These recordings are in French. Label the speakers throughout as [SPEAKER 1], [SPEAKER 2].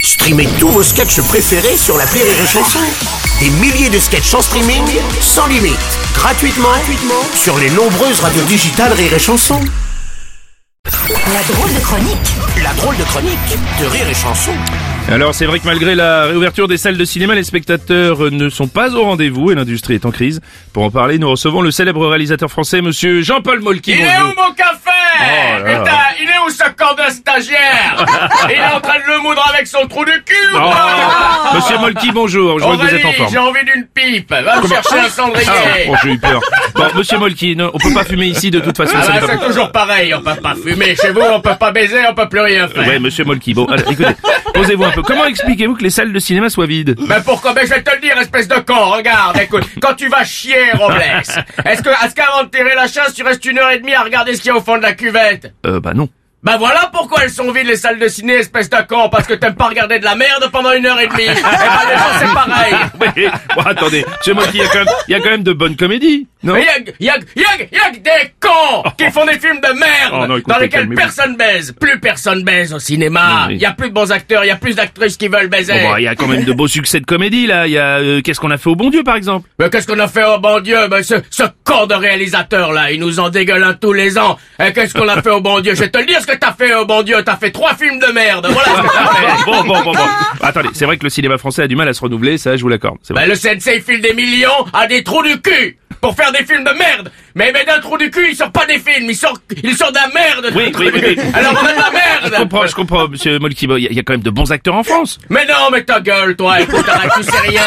[SPEAKER 1] Streamez tous vos sketchs préférés sur la Rire et Chanson. Des milliers de sketchs en streaming, sans limite, gratuitement, gratuitement sur les nombreuses radios digitales Rire et Chanson.
[SPEAKER 2] La drôle de chronique
[SPEAKER 1] La drôle de chronique de Rire et Chanson.
[SPEAKER 3] Alors c'est vrai que malgré la réouverture des salles de cinéma, les spectateurs euh, ne sont pas au rendez-vous et l'industrie est en crise. Pour en parler, nous recevons le célèbre réalisateur français, monsieur Jean-Paul Molki.
[SPEAKER 4] Il est où
[SPEAKER 3] Bonjour.
[SPEAKER 4] mon café
[SPEAKER 3] Oh là là.
[SPEAKER 4] Putain, il est où ce corps de stagiaire Il est en train de le moudre avec son trou de cul ou
[SPEAKER 3] Oh.
[SPEAKER 4] pas
[SPEAKER 3] Monsieur Molki, bonjour. Je vois que vous êtes en
[SPEAKER 4] Aurélie,
[SPEAKER 3] forme.
[SPEAKER 4] j'ai envie d'une pipe. Va me chercher un cendrier.
[SPEAKER 3] Ah, bon, j'ai eu peur. Bon, monsieur Molki, non, on peut pas fumer ici de toute façon.
[SPEAKER 4] Ah
[SPEAKER 3] ça n'est
[SPEAKER 4] bah,
[SPEAKER 3] pas
[SPEAKER 4] c'est
[SPEAKER 3] possible.
[SPEAKER 4] toujours pareil, on peut pas fumer chez vous, on peut pas baiser, on peut plus rien faire.
[SPEAKER 3] Ouais, monsieur Molki. Bon, alors, écoutez, posez-vous un peu. Comment expliquez-vous que les salles de cinéma soient vides
[SPEAKER 4] Ben pourquoi Ben je vais te le dire, espèce de con, regarde, écoute, quand tu vas chier, Robles, est-ce que, est-ce qu'avant de tirer la chasse, tu restes une heure et demie à regarder ce qu'il y a au fond de la cuvette
[SPEAKER 3] Euh, bah non.
[SPEAKER 4] Bah voilà pourquoi elles sont vides les salles de ciné, espèce de con, parce que t'aimes pas regarder de la merde pendant une heure et demie. Eh ben les gens c'est pareil.
[SPEAKER 3] Ouais, bon, attendez, monsieur Molki, il y a quand même- il y, a quand même de bonnes comédies, non
[SPEAKER 4] Mais y'a que- y'a que- y'a que- y'a que des cons qui font des films de merde
[SPEAKER 3] Oh non, écoutez,
[SPEAKER 4] dans lesquels
[SPEAKER 3] calmez-vous.
[SPEAKER 4] personne baise. Plus personne baise au cinéma.
[SPEAKER 3] Non, mais-
[SPEAKER 4] Y a plus de bons acteurs, y a plus d'actrices qui veulent baiser.
[SPEAKER 3] Bon, bah, il y a quand même de beaux succès de comédie là. Il y a euh, qu'est-ce qu'on a fait au Bon Dieu par exemple
[SPEAKER 4] Mais qu'est-ce qu'on a fait, oh bon Dieu Mais ce, ce corps de réalisateur là, il nous en dégueule un tous les ans. Et qu'est-ce qu'on a fait, oh bon Dieu Je vais te le dire ce que t'as fait, oh bon Dieu. T'as fait trois films de merde. Voilà ce que t'as fait.
[SPEAKER 3] Eh, bon, bon, bon, bon. Attendez, c'est vrai que le cinéma français a du mal à se renouveler, ça, je vous l'accorde. C'est vrai.
[SPEAKER 4] Bah, le sensei file des millions à des trous du cul pour faire des films de merde. Mais, mais d'un trou du cul, il sort pas des films, il sort, il sort de la merde.
[SPEAKER 3] Oui,
[SPEAKER 4] trou du
[SPEAKER 3] oui, oui,
[SPEAKER 4] cul.
[SPEAKER 3] oui.
[SPEAKER 4] Alors on a de la merde.
[SPEAKER 3] Je comprends, je comprends, monsieur Molkibo. Il y, a- il y a quand même de bons acteurs en France.
[SPEAKER 4] Mais non, mais ta gueule, toi, écoute, arrête, tu sais rien.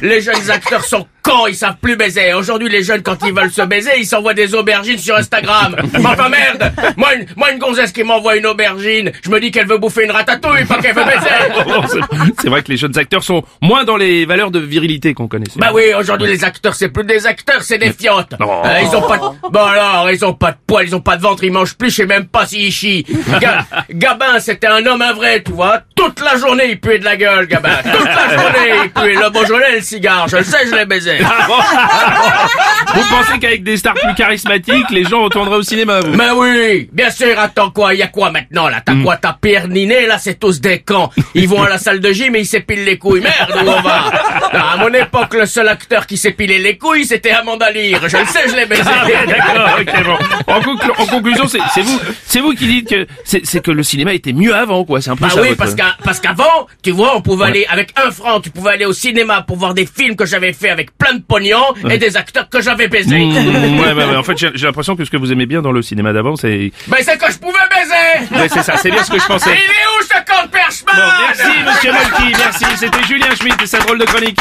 [SPEAKER 4] Les jeunes acteurs sont cons, ils savent plus baiser. Aujourd'hui, les jeunes, quand ils veulent se baiser, ils s'envoient des aubergines sur Instagram. Mais Enfin, merde. Moi, une, moi, une gonzesse qui m'envoie une aubergine, je me dis qu'elle veut bouffer une ratatouille, pas qu'elle veut baiser.
[SPEAKER 3] Bon, bon, c'est- c'est vrai que les jeunes acteurs sont moins dans les valeurs de virilité qu'on connaissait.
[SPEAKER 4] Bah oui, aujourd'hui les acteurs, c'est plus des acteurs, c'est des fiottes.
[SPEAKER 3] Oh.
[SPEAKER 4] Euh, ils ont pas de... Bon alors, ils ont pas de poils, ils ont pas de ventre, ils mangent plus, je sais même pas s'ils chient. Ga- Gabin, c'était un homme un vrai, tu vois. Toute la journée, il puait de la gueule, Gabin. Toute la journée, il puait le Beaujolais et le cigare. Je le sais, je l'ai baisé.
[SPEAKER 3] Vous pensez qu'avec des stars plus charismatiques, les gens retourneraient au cinéma, vous
[SPEAKER 4] Mais oui, bien sûr, attends quoi, il y a quoi maintenant là
[SPEAKER 3] Hmm.
[SPEAKER 4] T'as quoi T'as Pierre Ninet, là c'est tous des camps. Ils vont à la salle de gym et ils s'épilent les couilles. Merde, où on va Non, À mon époque, le seul acteur qui s'épilait les couilles, c'était Amanda Lear. Je le sais, je l'ai baisé.
[SPEAKER 3] Ah ouais, d'accord, ok, bon. En, conclu- en conclusion, c'est c'est vous, c'est vous qui dites que c'est c'est que le cinéma était mieux avant, quoi. C'est un peu
[SPEAKER 4] Bah
[SPEAKER 3] ça.
[SPEAKER 4] oui,
[SPEAKER 3] votre-
[SPEAKER 4] parce qu'à- parce qu'avant, tu vois, on pouvait aller avec un franc, tu pouvais aller au cinéma pour voir des films que j'avais fait avec plein de pognon et des acteurs que j'avais baisés.
[SPEAKER 3] Mmh, ouais, ouais, ouais. En fait, j'ai j'ai l'impression que ce que vous aimez bien dans le cinéma d'avant, c'est
[SPEAKER 4] Mais c'est que je pouvais baiser.
[SPEAKER 3] ouais, c'est ça, c'est bien ce que je
[SPEAKER 4] Il
[SPEAKER 3] pensais.
[SPEAKER 4] est où ce camp de Perchman
[SPEAKER 3] Bon, merci, monsieur Molki, merci. C'était Julien Schmitt et sa drôle de chronique.